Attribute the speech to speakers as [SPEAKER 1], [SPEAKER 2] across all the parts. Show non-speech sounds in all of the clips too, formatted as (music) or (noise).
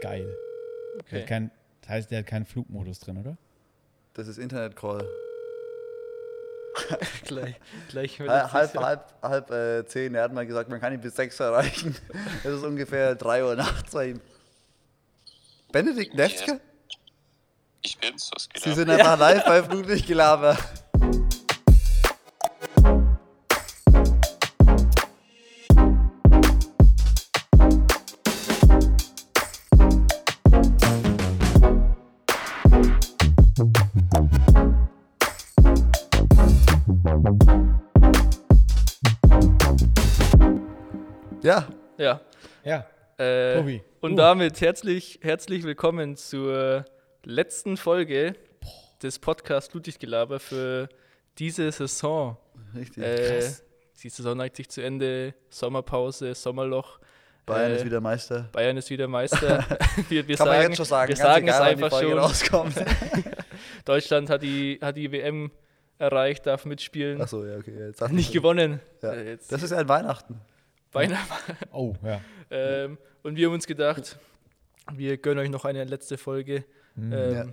[SPEAKER 1] Geil. Der
[SPEAKER 2] Okay. (laughs)
[SPEAKER 1] hat kein, das heißt, der hat keinen Flugmodus drin, oder?
[SPEAKER 3] Das ist Internetcrawl.
[SPEAKER 2] gleich,
[SPEAKER 3] (laughs)
[SPEAKER 2] gleich wird
[SPEAKER 3] Halb,
[SPEAKER 2] das
[SPEAKER 3] Äh, halb,
[SPEAKER 2] sicher.
[SPEAKER 3] halb, halb äh, zehn. Er hat mal gesagt, man kann ihn bis sechs erreichen. (laughs) Es ist ungefähr drei Uhr nachts bei ihm. Benedikt Nefzke?
[SPEAKER 4] Ich bin's, was geht
[SPEAKER 3] Sie
[SPEAKER 2] Genau.
[SPEAKER 4] ab?
[SPEAKER 3] sind einfach live bei Flutlichtgelaber. Ja,
[SPEAKER 2] Ja.
[SPEAKER 1] Ja.
[SPEAKER 2] Äh,
[SPEAKER 1] Tobi,
[SPEAKER 2] und
[SPEAKER 1] du.
[SPEAKER 2] damit herzlich, herzlich willkommen zur letzten Folge des Podcasts Ludwiggelaber für diese Saison.
[SPEAKER 3] richtig.
[SPEAKER 2] Äh,
[SPEAKER 1] Krass.
[SPEAKER 2] die Saison neigt sich zu Ende, Sommerpause, Sommerloch.
[SPEAKER 3] Bayern
[SPEAKER 2] äh,
[SPEAKER 3] ist wieder Meister.
[SPEAKER 2] Bayern ist wieder
[SPEAKER 3] (laughs)
[SPEAKER 2] Meister. (laughs) wir, wir
[SPEAKER 3] Kann
[SPEAKER 2] sagen,
[SPEAKER 3] man jetzt schon sagen.
[SPEAKER 2] Wir
[SPEAKER 3] ganz
[SPEAKER 2] sagen
[SPEAKER 3] egal, wann
[SPEAKER 2] es einfach
[SPEAKER 3] die Folge
[SPEAKER 2] schon.
[SPEAKER 3] rauskommt.
[SPEAKER 2] (laughs) Deutschland hat die, hat die WM erreicht, darf mitspielen.
[SPEAKER 3] Achso, ja, okay. ja, Jetzt sag
[SPEAKER 2] Nicht
[SPEAKER 3] ich-
[SPEAKER 2] gewonnen.
[SPEAKER 3] Ja.
[SPEAKER 2] Äh, jetzt
[SPEAKER 3] Das ist ein Weihnachten.
[SPEAKER 2] beinahe.
[SPEAKER 1] Oh, ja.
[SPEAKER 2] Ähm, und wir haben uns gedacht, wir gönnen euch noch eine letzte Folge ähm,
[SPEAKER 3] Ja.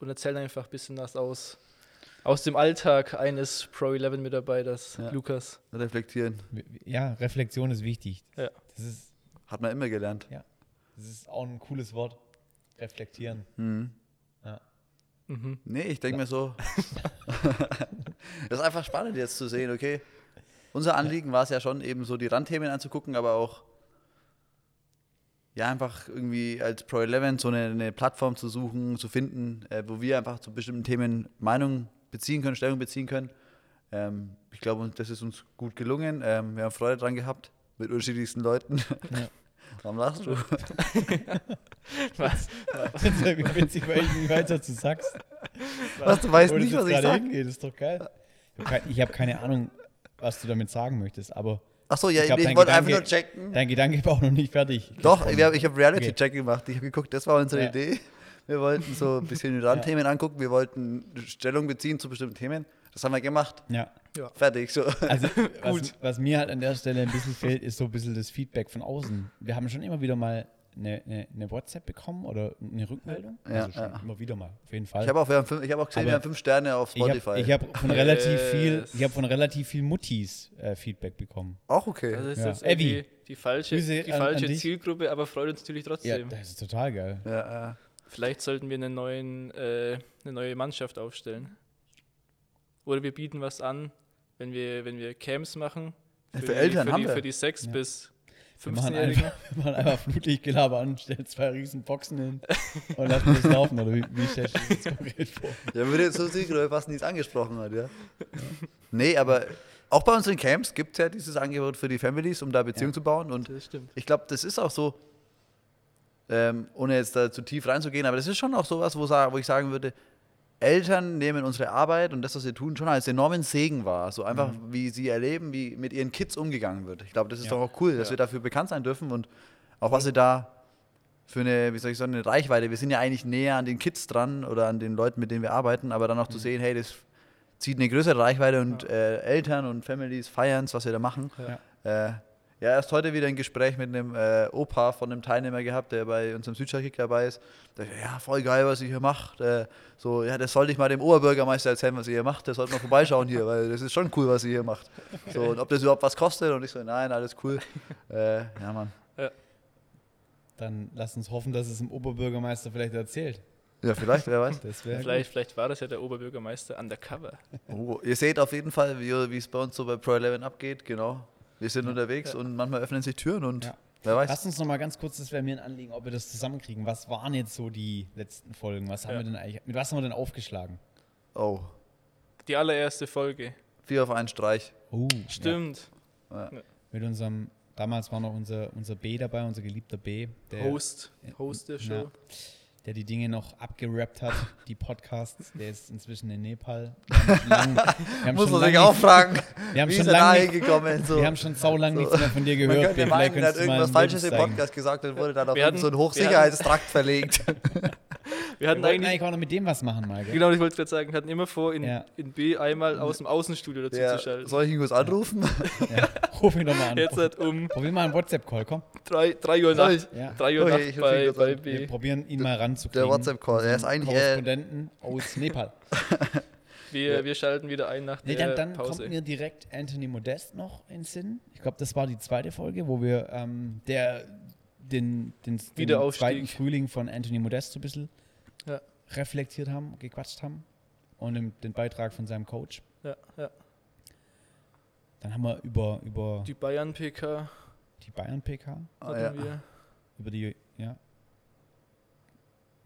[SPEAKER 2] und erzählen einfach ein bisschen was aus, aus dem Alltag eines Pro 11 Mitarbeiters,
[SPEAKER 3] Ja.
[SPEAKER 2] Lukas.
[SPEAKER 3] Reflektieren.
[SPEAKER 1] Ja, Reflexion ist wichtig.
[SPEAKER 2] Ja.
[SPEAKER 1] Das ist,
[SPEAKER 3] Hat man immer gelernt.
[SPEAKER 1] das ist auch ein cooles Wort. Reflektieren. (laughs)
[SPEAKER 3] Mhm.
[SPEAKER 1] Ja.
[SPEAKER 2] Mhm.
[SPEAKER 3] Nee, ich denke mir so. das ist einfach spannend jetzt zu sehen, okay? Unser Anliegen war es ja schon, eben so die Randthemen anzugucken, aber auch ja einfach irgendwie als Pro 11 so eine, eine Plattform zu suchen, zu finden, äh, wo wir einfach zu bestimmten Themen Meinung beziehen können, Stellung beziehen können. Ähm, ich glaube, das ist uns gut gelungen. Ähm, wir haben Freude dran gehabt mit unterschiedlichsten Leuten. (laughs) Warum lachst du?
[SPEAKER 2] Was?
[SPEAKER 1] Das ist irgendwie witzig, weil ich nicht weiß, was du
[SPEAKER 3] (laughs)
[SPEAKER 1] sagst.
[SPEAKER 3] Was, du weißt
[SPEAKER 1] Wo das
[SPEAKER 3] nicht,
[SPEAKER 1] jetzt
[SPEAKER 3] was ich
[SPEAKER 1] gerade
[SPEAKER 3] sage?
[SPEAKER 1] hingeht, ist doch geil. Ich habe keine, ich hab keine Ahnung, was du damit sagen möchtest, aber
[SPEAKER 3] Achso, ja,
[SPEAKER 1] Ich
[SPEAKER 3] ich,
[SPEAKER 1] glaub,
[SPEAKER 3] ich
[SPEAKER 1] dein
[SPEAKER 3] wollte einfach
[SPEAKER 1] Gedanke-
[SPEAKER 3] nur checken.
[SPEAKER 1] dein Gedanke war auch noch nicht fertig.
[SPEAKER 3] Doch, wir haben, ich habe
[SPEAKER 1] Okay.
[SPEAKER 3] Reality-Check gemacht. Ich habe geguckt, das war unsere
[SPEAKER 1] Ja.
[SPEAKER 3] Idee. Wir wollten so ein
[SPEAKER 1] (laughs)
[SPEAKER 3] bisschen die Randthemen angucken. Wir wollten Stellung beziehen zu bestimmten Themen. Das haben wir gemacht.
[SPEAKER 1] Ja.
[SPEAKER 3] Fertig. So.
[SPEAKER 2] (laughs)
[SPEAKER 1] Also, was, was mir halt an der Stelle ein bisschen fehlt, ist so ein bisschen das Feedback von außen. Wir haben schon immer wieder mal eine, eine, eine WhatsApp bekommen oder eine Rückmeldung.
[SPEAKER 3] Ja,
[SPEAKER 1] also schon
[SPEAKER 3] ja.
[SPEAKER 1] immer wieder mal, auf jeden Fall.
[SPEAKER 3] Ich habe auch, wir haben fünf, ich habe auch gesehen,
[SPEAKER 1] Aber
[SPEAKER 3] wir haben fünf Sterne auf
[SPEAKER 1] Ich
[SPEAKER 3] Spotify.
[SPEAKER 1] habe hab von relativ viel,
[SPEAKER 2] Yes.
[SPEAKER 1] ich habe von relativ viel Muttis äh, Feedback bekommen.
[SPEAKER 3] auch
[SPEAKER 2] Das
[SPEAKER 3] okay.
[SPEAKER 2] ist
[SPEAKER 1] Ja.
[SPEAKER 2] jetzt irgendwie
[SPEAKER 1] Evi.
[SPEAKER 2] die falsche,
[SPEAKER 1] Grüße
[SPEAKER 2] die
[SPEAKER 1] an- an
[SPEAKER 2] falsche
[SPEAKER 1] dich.
[SPEAKER 2] Zielgruppe, aber freut uns natürlich
[SPEAKER 1] Ja,
[SPEAKER 2] trotzdem.
[SPEAKER 1] das ist total geil.
[SPEAKER 3] Ja, äh,
[SPEAKER 2] Vielleicht sollten wir einen neuen, äh, eine neue Mannschaft aufstellen. Oder wir bieten was an, wenn wir, wenn wir Camps machen.
[SPEAKER 3] Ja, für Eltern
[SPEAKER 2] die, für
[SPEAKER 3] haben
[SPEAKER 2] die,
[SPEAKER 3] wir.
[SPEAKER 2] Für die 6-
[SPEAKER 1] Ja.
[SPEAKER 2] bis
[SPEAKER 1] Wir machen
[SPEAKER 2] 15-Jährigen.
[SPEAKER 1] einfach, (laughs) wir machen einfach Flutlichtgelaber an, stellen zwei riesen Boxen hin und lassen das laufen. Oder wie, wie
[SPEAKER 2] (laughs)
[SPEAKER 1] stellst du das jetzt konkret vor?
[SPEAKER 3] ja würde jetzt so Zielgruppe passen, die es angesprochen hat, ja. Nee, aber auch bei unseren Camps gibt es ja dieses Angebot für die Families, um da Beziehungen zu bauen. Und
[SPEAKER 2] Das stimmt.
[SPEAKER 3] Ich glaube, das ist auch so, ähm, ohne jetzt da zu tief reinzugehen, aber das ist schon auch sowas, wo, sa- wo ich sagen würde, Eltern nehmen unsere Arbeit und das, was sie tun, schon als enormen Segen wahr. So einfach, wie sie erleben, wie mit ihren Kids umgegangen wird. Ich glaube, das ist
[SPEAKER 1] Mhm. Ja.
[SPEAKER 3] doch auch cool, dass wir dafür bekannt sein dürfen und auch was sie da für eine, wie soll ich sagen, eine Reichweite. Wir sind ja eigentlich näher an den Kids dran oder an den Leuten, mit denen wir arbeiten, aber dann auch
[SPEAKER 1] Mhm.
[SPEAKER 3] zu sehen, hey, das zieht eine größere Reichweite und äh, Eltern und Families feiern was wir da machen.
[SPEAKER 1] Ja.
[SPEAKER 3] Äh, ja, erst heute wieder ein Gespräch mit einem äh, Opa von einem Teilnehmer gehabt, der bei uns im Südstadtkick dabei ist. Der, ja, voll geil, was ihr hier macht. Äh, so, ja, das sollte ich mal dem Oberbürgermeister erzählen, was ihr hier macht. Der sollte mal vorbeischauen hier, weil das ist schon cool, was ihr hier macht. So, und ob das überhaupt was kostet? Und ich so, nein, alles cool. Äh, ja, Mann.
[SPEAKER 1] Dann lass uns hoffen, dass es dem Oberbürgermeister vielleicht erzählt.
[SPEAKER 3] Ja, vielleicht, wer weiß.
[SPEAKER 1] Das wäre
[SPEAKER 2] Vielleicht, vielleicht war das ja der Oberbürgermeister undercover.
[SPEAKER 3] (laughs) Oh, ihr seht auf jeden Fall, wie wie es bei uns so bei Pro 11 abgeht, genau. Wir sind unterwegs und manchmal öffnen sich Türen und
[SPEAKER 1] Ja.
[SPEAKER 3] wer weiß.
[SPEAKER 1] Lass uns noch mal ganz kurz, das wäre mir ein Anliegen, ob wir das zusammenkriegen. Was waren jetzt so die letzten Folgen? Was haben
[SPEAKER 2] Ja.
[SPEAKER 1] wir denn eigentlich, mit was haben wir denn aufgeschlagen?
[SPEAKER 3] Oh,
[SPEAKER 2] Die allererste Folge.
[SPEAKER 3] vier auf einen Streich.
[SPEAKER 1] Oh,
[SPEAKER 2] Stimmt.
[SPEAKER 1] Ja, mit unserem, damals war noch unser, unser B dabei, unser geliebter B, der,
[SPEAKER 2] Host. Host der Show.
[SPEAKER 1] der die Dinge noch abgerappt hat, die Podcasts. Der ist inzwischen in Nepal.
[SPEAKER 3] (laughs)
[SPEAKER 1] Wir haben lang- wir haben
[SPEAKER 3] Muss
[SPEAKER 1] schon
[SPEAKER 3] man sich
[SPEAKER 1] lang
[SPEAKER 3] auch
[SPEAKER 1] nicht-
[SPEAKER 3] fragen,
[SPEAKER 1] Wir haben
[SPEAKER 3] wie
[SPEAKER 1] schon
[SPEAKER 3] ist er
[SPEAKER 1] lange
[SPEAKER 3] da
[SPEAKER 1] nicht-
[SPEAKER 3] hingekommen? So.
[SPEAKER 1] Wir haben schon sau lang nichts mehr von dir
[SPEAKER 3] Man
[SPEAKER 1] gehört.
[SPEAKER 3] könnte
[SPEAKER 1] B.
[SPEAKER 3] meinen,
[SPEAKER 1] Vielleicht
[SPEAKER 3] er hat
[SPEAKER 1] könntest du mal
[SPEAKER 3] irgendwas
[SPEAKER 1] ein
[SPEAKER 3] Falsches
[SPEAKER 1] Bild
[SPEAKER 3] im
[SPEAKER 1] zeigen.
[SPEAKER 3] Podcast gesagt und wurde dann auf
[SPEAKER 2] Wir hatten-
[SPEAKER 3] irgendeinen so einen
[SPEAKER 2] (laughs) wir hatten-
[SPEAKER 3] Hochsicherheitstrakt verlegt.
[SPEAKER 2] Wir
[SPEAKER 1] Wir
[SPEAKER 2] hatten
[SPEAKER 1] wollten
[SPEAKER 2] eigentlich,
[SPEAKER 1] eigentlich auch noch mit dem was machen, mal. Gell?
[SPEAKER 2] genau, ich wollte gerade sagen, wir hatten immer vor, in,
[SPEAKER 1] Ja.
[SPEAKER 2] in B einmal aus dem Außenstudio dazu
[SPEAKER 3] Der,
[SPEAKER 2] zu schalten.
[SPEAKER 3] soll ich ihn kurz anrufen? Genau.
[SPEAKER 1] (laughs) Ruf ihn doch mal an.
[SPEAKER 2] Jetzt halt um
[SPEAKER 1] Probier mal einen WhatsApp-Call, komm.
[SPEAKER 2] 3 drei Uhr
[SPEAKER 3] Soll
[SPEAKER 2] Nacht,
[SPEAKER 3] ich?
[SPEAKER 1] Ja.
[SPEAKER 2] drei Uhr
[SPEAKER 3] Okay, ich
[SPEAKER 2] Nacht bei,
[SPEAKER 3] ruf ihn kurz
[SPEAKER 2] bei
[SPEAKER 3] an.
[SPEAKER 1] Wir
[SPEAKER 2] B.
[SPEAKER 1] probieren ihn mal ranzukriegen.
[SPEAKER 3] Der WhatsApp-Call, der ist eigentlich eher.
[SPEAKER 1] Korrespondenten aus
[SPEAKER 3] (laughs)
[SPEAKER 1] Nepal.
[SPEAKER 2] Wir, wir schalten wieder ein nach der
[SPEAKER 1] Nee, dann
[SPEAKER 3] Äh,
[SPEAKER 1] dann
[SPEAKER 2] Pause.
[SPEAKER 1] kommt mir direkt Anthony Modest noch in den Sinn. Ich glaube, das war die zweite Folge, wo wir ähm, der, den, den, den
[SPEAKER 2] Wiederaufstieg.
[SPEAKER 1] zweiten Frühling von Anthony Modest so ein bisschen
[SPEAKER 2] Ja.
[SPEAKER 1] reflektiert haben, gequatscht haben und den, den Beitrag von seinem Coach.
[SPEAKER 2] ja, ja.
[SPEAKER 1] Dann haben wir über, über die,
[SPEAKER 2] Die Bayern-PK
[SPEAKER 1] Bayern-PK,
[SPEAKER 3] Ah,
[SPEAKER 2] hatten
[SPEAKER 3] ja.
[SPEAKER 2] wir.
[SPEAKER 1] über die ja,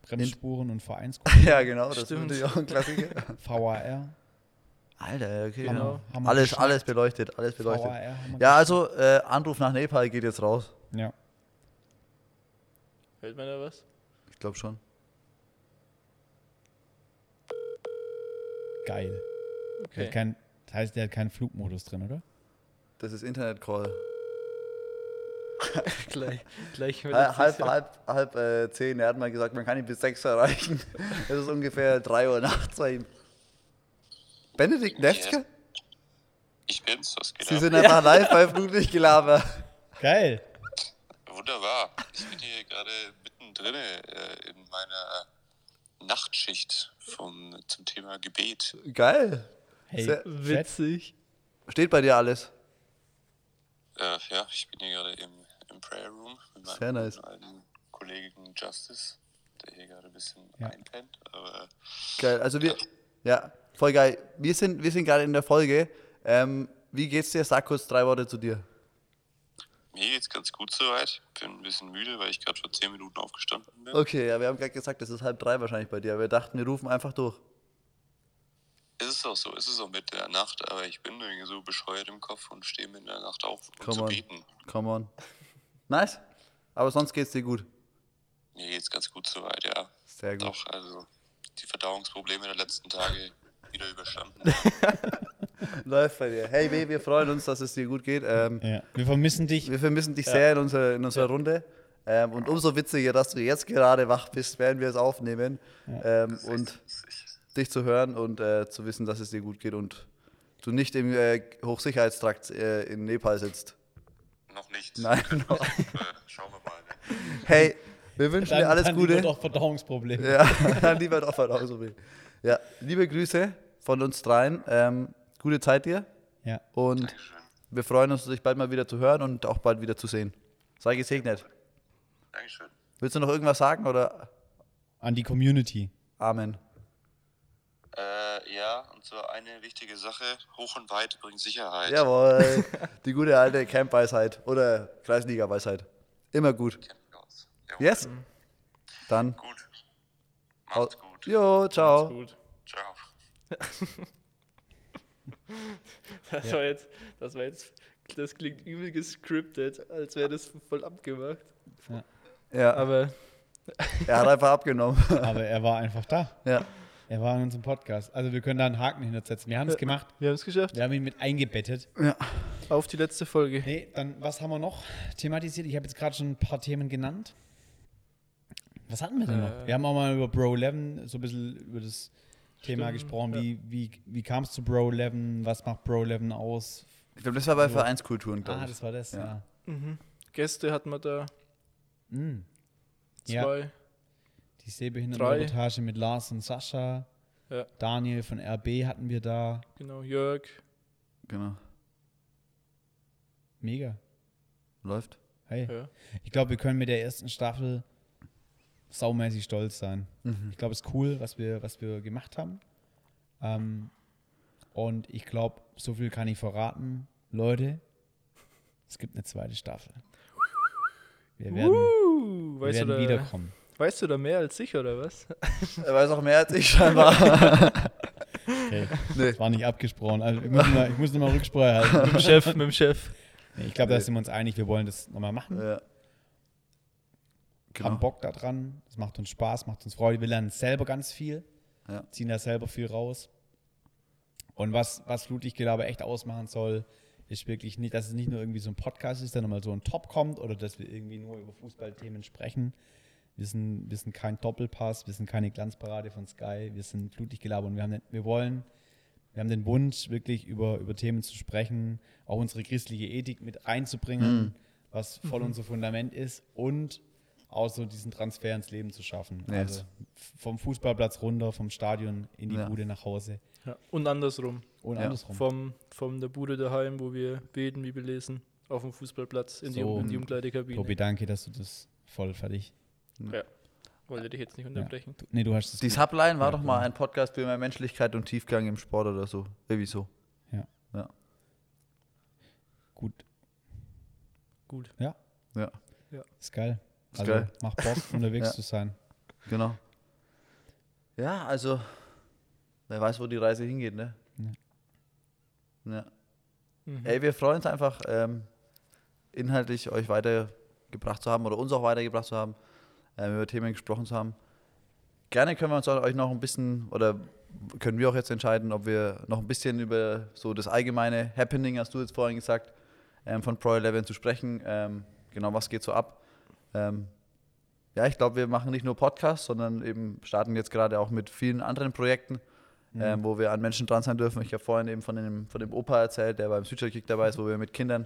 [SPEAKER 1] Bremsspuren und Vereinsgruppen,
[SPEAKER 3] (laughs) ja, genau, das ist
[SPEAKER 2] Stimmt.
[SPEAKER 3] natürlich auch ein Klassiker. (laughs)
[SPEAKER 1] VAR.
[SPEAKER 3] Alter, okay.
[SPEAKER 1] haben
[SPEAKER 2] Genau.
[SPEAKER 1] wir- haben wir
[SPEAKER 3] Alles,
[SPEAKER 1] geschnappt.
[SPEAKER 3] alles beleuchtet, alles beleuchtet.
[SPEAKER 1] VAR haben wir
[SPEAKER 3] Ja, also äh, Anruf nach Nepal geht jetzt raus.
[SPEAKER 1] geschnappt. ja.
[SPEAKER 2] Hält man da was?
[SPEAKER 3] Ich glaube schon.
[SPEAKER 1] Geil. Der (laughs)
[SPEAKER 2] Okay.
[SPEAKER 1] hat kein, das heißt, der hat keinen Flugmodus drin, oder?
[SPEAKER 3] Das ist Internet-Call.
[SPEAKER 2] gleich, gleich wird
[SPEAKER 3] Halb,
[SPEAKER 2] das
[SPEAKER 3] halb,
[SPEAKER 2] sicher.
[SPEAKER 3] halb, halb äh, zehn. Er hat mal gesagt, man kann ihn bis sechs erreichen. (laughs) Es ist ungefähr drei Uhr nachts bei ihm. Benedikt Nefke?
[SPEAKER 4] Ich bin's, was geht
[SPEAKER 3] Sie
[SPEAKER 4] ab?
[SPEAKER 3] sind einfach live bei Flutlichtgelaber.
[SPEAKER 1] Geil.
[SPEAKER 4] Wunderbar. Ich bin hier gerade mittendrin äh, in meiner Nachtschicht vom, zum Thema Gebet.
[SPEAKER 3] Geil.
[SPEAKER 1] Hey,
[SPEAKER 3] Sehr
[SPEAKER 1] Chat,
[SPEAKER 2] Witzig.
[SPEAKER 3] Steht bei dir alles.
[SPEAKER 4] Äh, ja, ich bin hier gerade im, im Prayer Room mit meinem
[SPEAKER 3] Sehr nice.
[SPEAKER 4] guten alten Kollegen Justice, der hier gerade ein bisschen
[SPEAKER 1] Ja.
[SPEAKER 4] einpennt. Aber
[SPEAKER 3] Geil. Also wir. Ja, voll geil. Wir sind, wir sind gerade in der Folge. Ähm, wie geht's dir? Sag kurz drei Worte zu dir.
[SPEAKER 4] mir geht's ganz gut soweit. Bin ein bisschen müde, weil ich gerade vor zehn Minuten aufgestanden bin.
[SPEAKER 3] Okay, ja, wir haben gerade gesagt, es ist halb drei wahrscheinlich bei dir. Wir dachten, wir rufen einfach durch.
[SPEAKER 4] Es ist auch so, es ist auch mit der Nacht, aber ich bin irgendwie so bescheuert im Kopf und stehe mir in der Nacht auf, um
[SPEAKER 3] Come
[SPEAKER 4] zu
[SPEAKER 3] on.
[SPEAKER 4] beten.
[SPEAKER 3] Come on. Nice. Aber sonst geht's dir gut.
[SPEAKER 4] Mir geht's ganz gut soweit, ja.
[SPEAKER 3] Sehr gut.
[SPEAKER 4] Doch, also die Verdauungsprobleme der letzten Tage wieder überstanden.
[SPEAKER 3] Läuft bei dir. Hey B, wir freuen uns, dass es dir gut geht. Ähm,
[SPEAKER 1] ja. Wir vermissen dich.
[SPEAKER 3] wir vermissen dich sehr in unserer, in unserer Runde. Ähm, und umso witziger, dass du jetzt gerade wach bist, während wir es aufnehmen. Ähm, (laughs) und dich zu hören und äh, zu wissen, dass es dir gut geht und du nicht im äh, Hochsicherheitstrakt äh, in Nepal sitzt.
[SPEAKER 4] Noch nicht.
[SPEAKER 1] (laughs)
[SPEAKER 3] Nein.
[SPEAKER 4] Äh, schauen wir mal. Ne?
[SPEAKER 3] Hey, wir wünschen dir alles
[SPEAKER 1] dann
[SPEAKER 3] Gute.
[SPEAKER 1] wird auch Verdauungsprobleme.
[SPEAKER 3] (laughs) Ja, dann lieber doch mal so viel. Ja, liebe Grüße von uns dreien. Ähm, gute Zeit dir
[SPEAKER 1] Ja.
[SPEAKER 3] und wir freuen uns, dich bald mal wieder zu hören und auch bald wieder zu sehen. Sei gesegnet.
[SPEAKER 4] Dankeschön.
[SPEAKER 3] Willst du noch irgendwas sagen oder
[SPEAKER 1] An die Community.
[SPEAKER 3] Amen?
[SPEAKER 4] Äh, ja, und zwar eine wichtige Sache: Hoch und weit bringt Sicherheit.
[SPEAKER 3] Jawohl, die gute alte Camp-Weisheit oder Kreisliga-Weisheit. Immer gut.
[SPEAKER 4] Kennt ihr aus. Jawohl.
[SPEAKER 3] Yes?
[SPEAKER 1] Mhm.
[SPEAKER 3] Dann.
[SPEAKER 4] Gut. Macht's gut.
[SPEAKER 3] Jo, ciao.
[SPEAKER 2] Gut.
[SPEAKER 4] Ciao.
[SPEAKER 2] Das, war jetzt, das war jetzt, das klingt übel gescriptet, als wäre das voll abgemacht.
[SPEAKER 3] Ja, aber
[SPEAKER 2] Aber
[SPEAKER 3] er hat
[SPEAKER 1] (laughs)
[SPEAKER 3] einfach abgenommen.
[SPEAKER 1] Aber er war einfach da.
[SPEAKER 3] ja.
[SPEAKER 1] Er war in unserem Podcast. Also wir können da einen Haken hintersetzen. Wir haben es gemacht.
[SPEAKER 2] wir haben es geschafft.
[SPEAKER 1] Wir haben ihn mit eingebettet.
[SPEAKER 2] Auf die letzte Folge.
[SPEAKER 1] Nee, dann was haben wir noch thematisiert? Ich habe jetzt gerade schon ein paar Themen genannt. Was hatten wir denn noch?
[SPEAKER 2] Äh.
[SPEAKER 1] Wir haben auch mal über Bro 11 so ein bisschen über das Thema gesprochen. Wie, wie, wie kam es zu Bro 11? Was macht Bro 11 aus?
[SPEAKER 3] Ich glaube, das war bei Vereinskulturen,
[SPEAKER 1] Ah,
[SPEAKER 3] glaube ich.
[SPEAKER 1] das war das, ja.
[SPEAKER 2] Gäste hatten wir da.
[SPEAKER 1] Mm. Ja.
[SPEAKER 2] Zwei.
[SPEAKER 1] Die
[SPEAKER 2] Drei.
[SPEAKER 1] Sehbehindertenreportage mit Lars und Sascha.
[SPEAKER 2] Ja.
[SPEAKER 1] Daniel von RB hatten wir da.
[SPEAKER 2] Genau, Jörg.
[SPEAKER 3] Genau.
[SPEAKER 1] Mega.
[SPEAKER 3] Läuft.
[SPEAKER 1] (laughs) Hey.
[SPEAKER 2] Ja.
[SPEAKER 1] Ich glaube, wir können mit der ersten Staffel saumäßig stolz sein. Ich glaube, es ist cool, was wir, was wir gemacht haben. Ähm, und ich glaube, so viel kann ich verraten. Leute, es gibt eine zweite Staffel. Wir werden,
[SPEAKER 2] Uh,
[SPEAKER 1] wir
[SPEAKER 2] weißt, du
[SPEAKER 1] werden
[SPEAKER 2] da,
[SPEAKER 1] wiederkommen.
[SPEAKER 2] weißt du da mehr als ich
[SPEAKER 1] (laughs)
[SPEAKER 2] oder was?
[SPEAKER 3] Er weiß auch mehr als ich scheinbar.
[SPEAKER 1] Okay.
[SPEAKER 3] Nee.
[SPEAKER 1] Das war nicht abgesprochen. Also, ich muss nochmal noch mal Rücksprache halten.
[SPEAKER 2] mit dem Chef, mit dem Chef.
[SPEAKER 1] Nee, Ich glaube, da
[SPEAKER 3] Nee.
[SPEAKER 1] sind wir uns einig, wir wollen das nochmal machen.
[SPEAKER 3] ja. Genau.
[SPEAKER 1] haben Bock daran, es macht uns Spaß, macht uns Freude, wir lernen selber ganz viel,
[SPEAKER 3] Ja.
[SPEAKER 1] ziehen da selber viel raus. Und was, was Flutlichtgelaber echt ausmachen soll, ist wirklich nicht, dass es nicht nur irgendwie so ein Podcast ist, der nochmal so ein Top kommt oder dass wir irgendwie nur über Fußballthemen sprechen. Wir sind, wir sind kein Doppelpass, wir sind keine Glanzparade von Sky, wir sind blutig gelabert und wir, haben den, wir wollen, wir haben den Wunsch, wirklich über, über Themen zu sprechen, auch unsere christliche Ethik mit einzubringen,
[SPEAKER 3] Mhm.
[SPEAKER 1] was voll unser Fundament ist und auch so diesen Transfer ins Leben zu schaffen.
[SPEAKER 3] Yes.
[SPEAKER 1] Also f- vom Fußballplatz runter, vom Stadion in die
[SPEAKER 3] Ja.
[SPEAKER 1] Bude nach Hause
[SPEAKER 2] Ja. Und andersrum.
[SPEAKER 1] und
[SPEAKER 3] Ja.
[SPEAKER 1] andersrum.
[SPEAKER 2] Vom, vom der Bude daheim, wo wir beten, Bibel lesen, auf dem Fußballplatz, in,
[SPEAKER 1] So.
[SPEAKER 2] die, um, in die Umkleidekabine.
[SPEAKER 1] Tobi, danke, dass du das voll fertig.
[SPEAKER 2] Wollte dich jetzt nicht unterbrechen.
[SPEAKER 1] Du, nee, du hast es.
[SPEAKER 3] Die
[SPEAKER 1] gut.
[SPEAKER 3] Subline
[SPEAKER 1] Ja,
[SPEAKER 3] war doch mal
[SPEAKER 1] genau.
[SPEAKER 3] ein Podcast für mehr Menschlichkeit und Tiefgang im Sport oder so. Irgendwie so.
[SPEAKER 1] gut.
[SPEAKER 2] Gut.
[SPEAKER 1] Ja,
[SPEAKER 3] Ja,
[SPEAKER 1] ist geil.
[SPEAKER 3] Ist
[SPEAKER 1] Also
[SPEAKER 3] geil.
[SPEAKER 1] mach
[SPEAKER 3] (laughs)
[SPEAKER 1] Bock, unterwegs
[SPEAKER 3] Ja.
[SPEAKER 1] zu sein.
[SPEAKER 3] genau. Ja, also, wer weiß, wo die Reise hingeht, ne? Ja.
[SPEAKER 2] Mhm.
[SPEAKER 3] Ey, wir freuen uns einfach, ähm, inhaltlich euch weitergebracht zu haben oder uns auch weitergebracht zu haben, ähm, über Themen gesprochen zu haben. Gerne können wir uns auch- euch noch ein bisschen oder können wir auch jetzt entscheiden, ob wir noch ein bisschen über so das allgemeine Happening, hast du jetzt vorhin gesagt, ähm, von Pro 11 zu sprechen. Ähm, genau, was geht so ab? Ähm, ja, ich glaube, wir machen nicht nur Podcasts, sondern eben starten jetzt gerade auch mit vielen anderen Projekten ähm, wo wir an Menschen dran sein dürfen. Ich habe vorhin eben von dem, von dem Opa erzählt, der beim Südstadtkick dabei ist, wo wir mit Kindern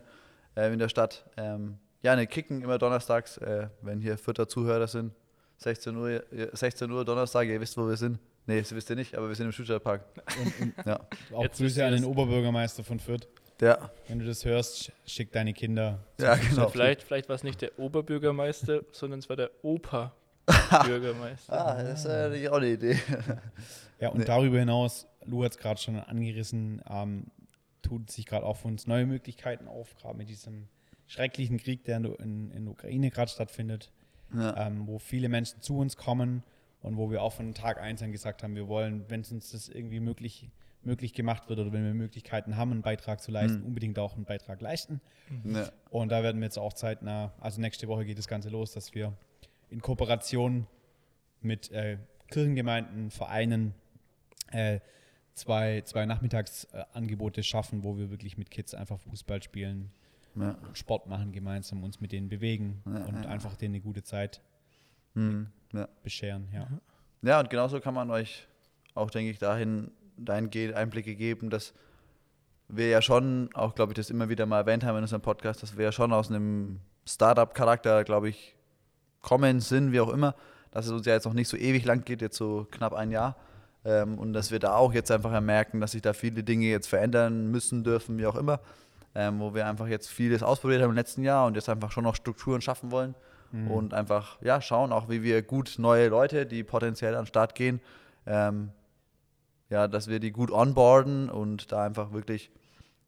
[SPEAKER 3] ähm, in der Stadt ähm, ja, eine kicken immer donnerstags, äh, wenn hier vierter Zuhörer sind. 16 Uhr, ihr- 16 Uhr Donnerstag, ihr wisst, wo wir sind. Nee, das wisst ihr nicht, aber wir sind im Südstadtpark. Ja,
[SPEAKER 1] Auch
[SPEAKER 2] Jetzt wisst
[SPEAKER 1] Grüße
[SPEAKER 2] ihr
[SPEAKER 1] an den
[SPEAKER 2] es.
[SPEAKER 1] Oberbürgermeister von Fürth.
[SPEAKER 3] ja,
[SPEAKER 1] Wenn du das hörst, sch- schick deine Kinder.
[SPEAKER 3] ja genau.
[SPEAKER 2] Vielleicht, vielleicht war es nicht der Oberbürgermeister, sondern es war der
[SPEAKER 3] (laughs)
[SPEAKER 2] Opa-Bürgermeister.
[SPEAKER 3] Ah, das ist äh, natürlich auch eine Idee.
[SPEAKER 1] Ja, und
[SPEAKER 3] Nee.
[SPEAKER 1] darüber hinaus, Lou hat es gerade schon angerissen, ähm, tut sich gerade auch für uns neue Möglichkeiten auf, gerade mit diesem schrecklichen Krieg, der in, der- in, in der Ukraine gerade stattfindet.
[SPEAKER 3] Ja.
[SPEAKER 1] ähm, wo viele Menschen zu uns kommen und wo wir auch von Tag eins an gesagt haben, wir wollen, wenn es uns das irgendwie möglich, möglich gemacht wird oder wenn wir Möglichkeiten haben, einen Beitrag zu leisten, unbedingt auch einen Beitrag leisten.
[SPEAKER 3] Ja.
[SPEAKER 1] Und da werden wir jetzt auch zeitnah, also nächste Woche geht das Ganze los, dass wir in Kooperation mit äh, Kirchengemeinden, Vereinen äh, zwei, zwei Nachmittagsangebote schaffen, wo wir wirklich mit Kids einfach Fußball spielen,
[SPEAKER 3] Ja.
[SPEAKER 1] Sport machen gemeinsam, uns mit denen bewegen
[SPEAKER 3] Ja,
[SPEAKER 1] und
[SPEAKER 3] ja,
[SPEAKER 1] einfach denen eine gute Zeit
[SPEAKER 3] Mhm. ja.
[SPEAKER 1] bescheren. Ja.
[SPEAKER 2] Mhm.
[SPEAKER 3] Ja, und genauso kann man euch auch, denke ich, dahin, dahingehend Einblicke geben, dass wir ja schon, auch glaube ich, das immer wieder mal erwähnt haben in unserem Podcast, dass wir ja schon aus einem Startup-Charakter, glaube ich, kommen, sind, wie auch immer, dass es uns ja jetzt noch nicht so ewig lang geht, jetzt so knapp ein Jahr. Ähm, und dass wir da auch jetzt einfach merken, dass sich da viele Dinge jetzt verändern müssen, dürfen, wie auch immer. Ähm, wo wir einfach jetzt vieles ausprobiert haben im letzten Jahr und jetzt einfach schon noch Strukturen schaffen wollen und einfach ja, schauen, auch wie wir gut neue Leute, die potenziell an den Start gehen, ähm, ja, dass wir die gut onboarden und da einfach wirklich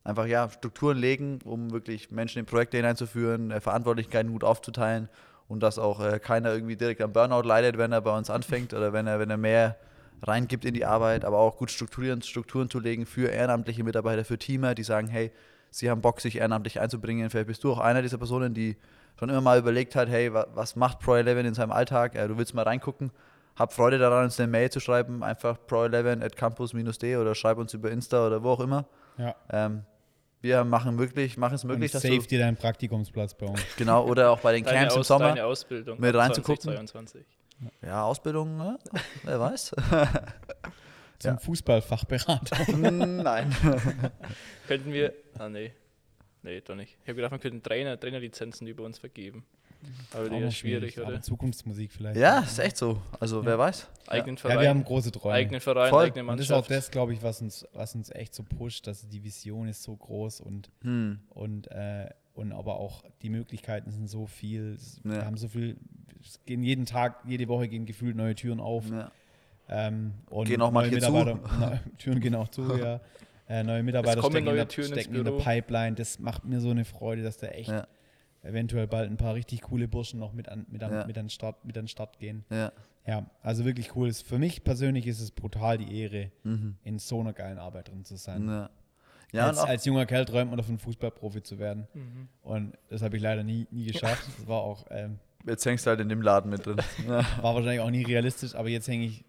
[SPEAKER 3] einfach ja, Strukturen legen, um wirklich Menschen in Projekte hineinzuführen, äh, Verantwortlichkeiten gut aufzuteilen und dass auch äh, keiner irgendwie direkt am Burnout leidet, wenn er bei uns anfängt oder wenn er, wenn er mehr reingibt in die Arbeit, aber auch gut strukturieren, Strukturen zu legen für ehrenamtliche Mitarbeiter, für Teamer, die sagen, hey, sie haben Bock, sich ehrenamtlich einzubringen. Vielleicht bist du auch einer dieser Personen, die schon immer mal überlegt hat, hey, wa- was macht Pro11 in seinem Alltag? Äh, du willst mal reingucken. Hab Freude daran, uns eine Mail zu schreiben, einfach pro11 at campus-d oder schreib uns über Insta oder wo auch immer.
[SPEAKER 1] Ja.
[SPEAKER 3] Ähm, wir machen wirklich, machen es möglich,
[SPEAKER 1] und
[SPEAKER 3] dass
[SPEAKER 1] save
[SPEAKER 3] du,
[SPEAKER 1] dir deinen Praktikumsplatz bei
[SPEAKER 3] (laughs)
[SPEAKER 1] uns.
[SPEAKER 3] genau, oder auch bei den
[SPEAKER 2] Deine,
[SPEAKER 3] Camps im
[SPEAKER 2] Aus,
[SPEAKER 3] Sommer,
[SPEAKER 2] deine Ausbildung.
[SPEAKER 3] mit
[SPEAKER 2] ab
[SPEAKER 3] reinzugucken.
[SPEAKER 2] 2022.
[SPEAKER 3] ja, Ausbildung, ne? wer weiß.
[SPEAKER 2] (laughs)
[SPEAKER 1] Zum
[SPEAKER 3] Ja.
[SPEAKER 1] Fußballfachberater.
[SPEAKER 3] Nein.
[SPEAKER 2] Könnten wir. Ah, nee. Nee, doch nicht. Ich habe gedacht, man könnte Trainer, Trainerlizenzen über uns vergeben. Aber die
[SPEAKER 1] Auch noch
[SPEAKER 2] ist schwierig,
[SPEAKER 1] aber
[SPEAKER 2] oder?
[SPEAKER 1] Zukunftsmusik vielleicht.
[SPEAKER 3] Ja, ist echt so. Also, wer weiß.
[SPEAKER 2] Eigenen
[SPEAKER 1] Ja,
[SPEAKER 2] Verein.
[SPEAKER 1] wir haben große Träume.
[SPEAKER 2] eigenen Verein,
[SPEAKER 3] Voll.
[SPEAKER 2] eigene
[SPEAKER 1] und das ist auch
[SPEAKER 2] Mannschaft.
[SPEAKER 1] das, glaube ich, was uns, was uns echt so pusht, dass die Vision ist so groß und,
[SPEAKER 3] Hm.
[SPEAKER 1] und, äh, und aber auch die Möglichkeiten sind so viel. Es- Wir
[SPEAKER 3] Ja.
[SPEAKER 1] haben so viel, es gehen jeden Tag, jede Woche gehen gefühlt neue Türen auf.
[SPEAKER 3] Ja.
[SPEAKER 1] Ähm, und
[SPEAKER 3] Gehen auch manche
[SPEAKER 1] neue Mitarbeiter,
[SPEAKER 2] (laughs)
[SPEAKER 1] Neue Türen gehen auch zu, ja. Äh, neue Mitarbeiter
[SPEAKER 2] kommen
[SPEAKER 1] stecken,
[SPEAKER 2] neue
[SPEAKER 1] in, der,
[SPEAKER 2] Türen ins
[SPEAKER 1] stecken in der
[SPEAKER 2] Büro.
[SPEAKER 1] Pipeline. Das macht mir so eine Freude, dass da echt
[SPEAKER 3] Ja.
[SPEAKER 1] eventuell bald ein paar richtig coole Burschen noch mit an, mit an,
[SPEAKER 3] Ja.
[SPEAKER 1] mit an, Start, mit an Start gehen.
[SPEAKER 3] Ja.
[SPEAKER 1] Ja, also wirklich cool. Ist- Für mich persönlich ist es brutal die Ehre,
[SPEAKER 2] Mhm.
[SPEAKER 1] in so einer geilen Arbeit drin zu sein.
[SPEAKER 3] Ja, ja und
[SPEAKER 1] als,
[SPEAKER 3] auch,
[SPEAKER 1] als junger Kerl träumt man davon, Fußballprofi zu werden. Und das habe ich leider nie, nie geschafft.
[SPEAKER 2] (laughs)
[SPEAKER 1] Das war auch, ähm,
[SPEAKER 3] jetzt hängst du halt in dem Laden
[SPEAKER 1] (laughs)
[SPEAKER 3] mit drin. Ja.
[SPEAKER 1] war wahrscheinlich auch nie realistisch, aber jetzt hänge ich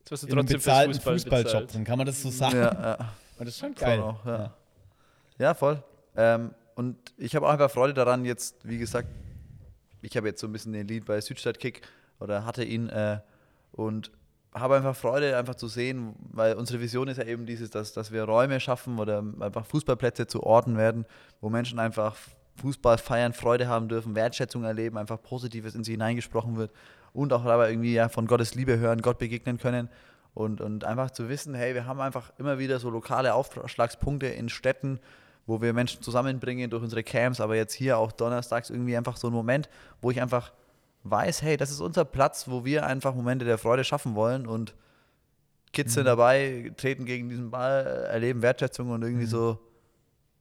[SPEAKER 2] Jetzt wirst du
[SPEAKER 1] in einem
[SPEAKER 2] trotzdem
[SPEAKER 1] bezahlten
[SPEAKER 2] fürs Fußball
[SPEAKER 1] Fußballjob
[SPEAKER 2] bezahlt.
[SPEAKER 1] drin. Kann man das so sagen?
[SPEAKER 3] Ja, ja.
[SPEAKER 1] Und das ist schon (laughs)
[SPEAKER 3] Voll
[SPEAKER 1] geil.
[SPEAKER 3] auch, ja. ja, voll. Ähm, und ich habe auch einfach Freude daran, jetzt, wie gesagt, ich habe jetzt so ein bisschen den Lead bei Südstadtkick oder hatte ihn äh, und habe einfach Freude, einfach zu sehen, weil unsere Vision ist ja eben dieses, dass, dass wir Räume schaffen oder einfach Fußballplätze zu Orten werden, wo Menschen einfach Fußball feiern, Freude haben dürfen, Wertschätzung erleben, einfach Positives in sie hineingesprochen wird und auch dabei irgendwie ja von Gottes Liebe hören, Gott begegnen können und, und einfach zu wissen, hey, wir haben einfach immer wieder so lokale Aufschlagspunkte in Städten, wo wir Menschen zusammenbringen durch unsere Camps, aber jetzt hier auch donnerstags irgendwie einfach so ein Moment, wo ich einfach weiß, hey, das ist unser Platz, wo wir einfach Momente der Freude schaffen wollen und Kids sind dabei, treten gegen diesen Ball, erleben Wertschätzung und irgendwie so,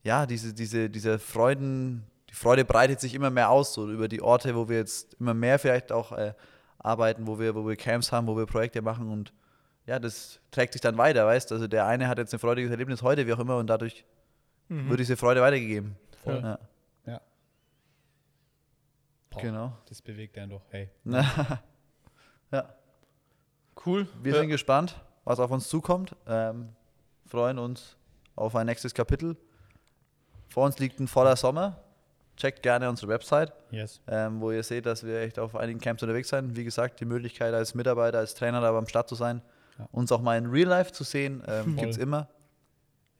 [SPEAKER 3] ja, diese, diese, diese Freuden, die Freude breitet sich immer mehr aus, so über die Orte, wo wir jetzt immer mehr vielleicht auch äh, arbeiten, wo wir, wo wir Camps haben, wo wir Projekte machen und ja, das trägt sich dann weiter, weißt Also der eine hat jetzt ein freudiges Erlebnis heute, wie auch immer, und dadurch wird diese Freude weitergegeben.
[SPEAKER 1] Voll.
[SPEAKER 3] Ja.
[SPEAKER 1] Ja. Boah,
[SPEAKER 3] Genau.
[SPEAKER 1] Das bewegt einen doch. Hey.
[SPEAKER 3] (laughs) ja.
[SPEAKER 2] Cool.
[SPEAKER 3] Wir sind gespannt, was auf uns zukommt. Ähm, freuen uns auf ein nächstes Kapitel. Vor uns liegt ein voller Sommer. Checkt gerne unsere Website,
[SPEAKER 1] Yes.
[SPEAKER 3] ähm, wo ihr seht, dass wir echt auf einigen Camps unterwegs sind. Wie gesagt, die Möglichkeit als Mitarbeiter, als Trainer da am Start zu sein,
[SPEAKER 1] Ja.
[SPEAKER 3] uns auch mal in Real Life zu sehen, ähm,
[SPEAKER 1] Voll.
[SPEAKER 3] gibt es immer.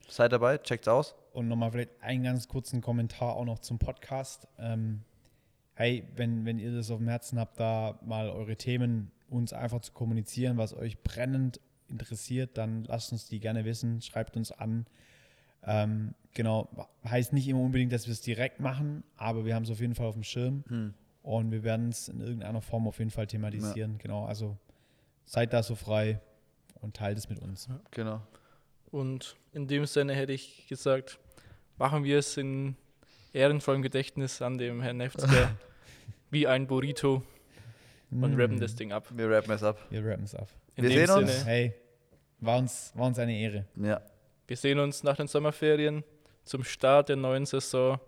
[SPEAKER 3] Seid dabei, checkt's aus.
[SPEAKER 1] Und nochmal vielleicht einen ganz kurzen Kommentar auch noch zum Podcast. Ähm, hey, wenn, wenn ihr das auf dem Herzen habt, da mal eure Themen uns einfach zu kommunizieren, was euch brennend interessiert, dann lasst uns die gerne wissen, schreibt uns an. Ähm, genau, heißt nicht immer unbedingt, dass wir es direkt machen, aber wir haben es auf jeden Fall auf dem Schirm und wir werden es in irgendeiner Form auf jeden Fall thematisieren. Genau, also seid da so frei und teilt es mit uns.
[SPEAKER 3] Genau.
[SPEAKER 2] Und in dem Sinne hätte ich gesagt, machen wir es in ehrenvollem Gedächtnis an dem
[SPEAKER 1] (laughs)
[SPEAKER 2] Herrn Neftzger wie ein Burrito und
[SPEAKER 1] Hm.
[SPEAKER 2] rappen
[SPEAKER 1] Mm.
[SPEAKER 2] das Ding ab.
[SPEAKER 3] Wir rappen es ab.
[SPEAKER 1] Wir rappen es ab.
[SPEAKER 2] In
[SPEAKER 3] Wir
[SPEAKER 2] dem
[SPEAKER 3] sehen uns.
[SPEAKER 2] Sinne,
[SPEAKER 1] Hey, er war uns, war uns eine Ehre.
[SPEAKER 3] Ja.
[SPEAKER 2] wir sehen uns nach den Sommerferien zum Start der neuen Saison.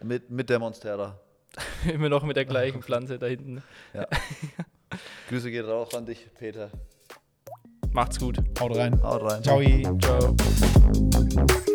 [SPEAKER 2] (laughs)
[SPEAKER 3] Mit, mit der Monstera.
[SPEAKER 2] Immer noch mit der gleichen Pflanze da hinten.
[SPEAKER 3] Grüße geht raus an dich, Peter.
[SPEAKER 2] Macht's gut.
[SPEAKER 1] er Haut rein.
[SPEAKER 3] Haut rein.
[SPEAKER 1] Ciao.
[SPEAKER 2] Ciao.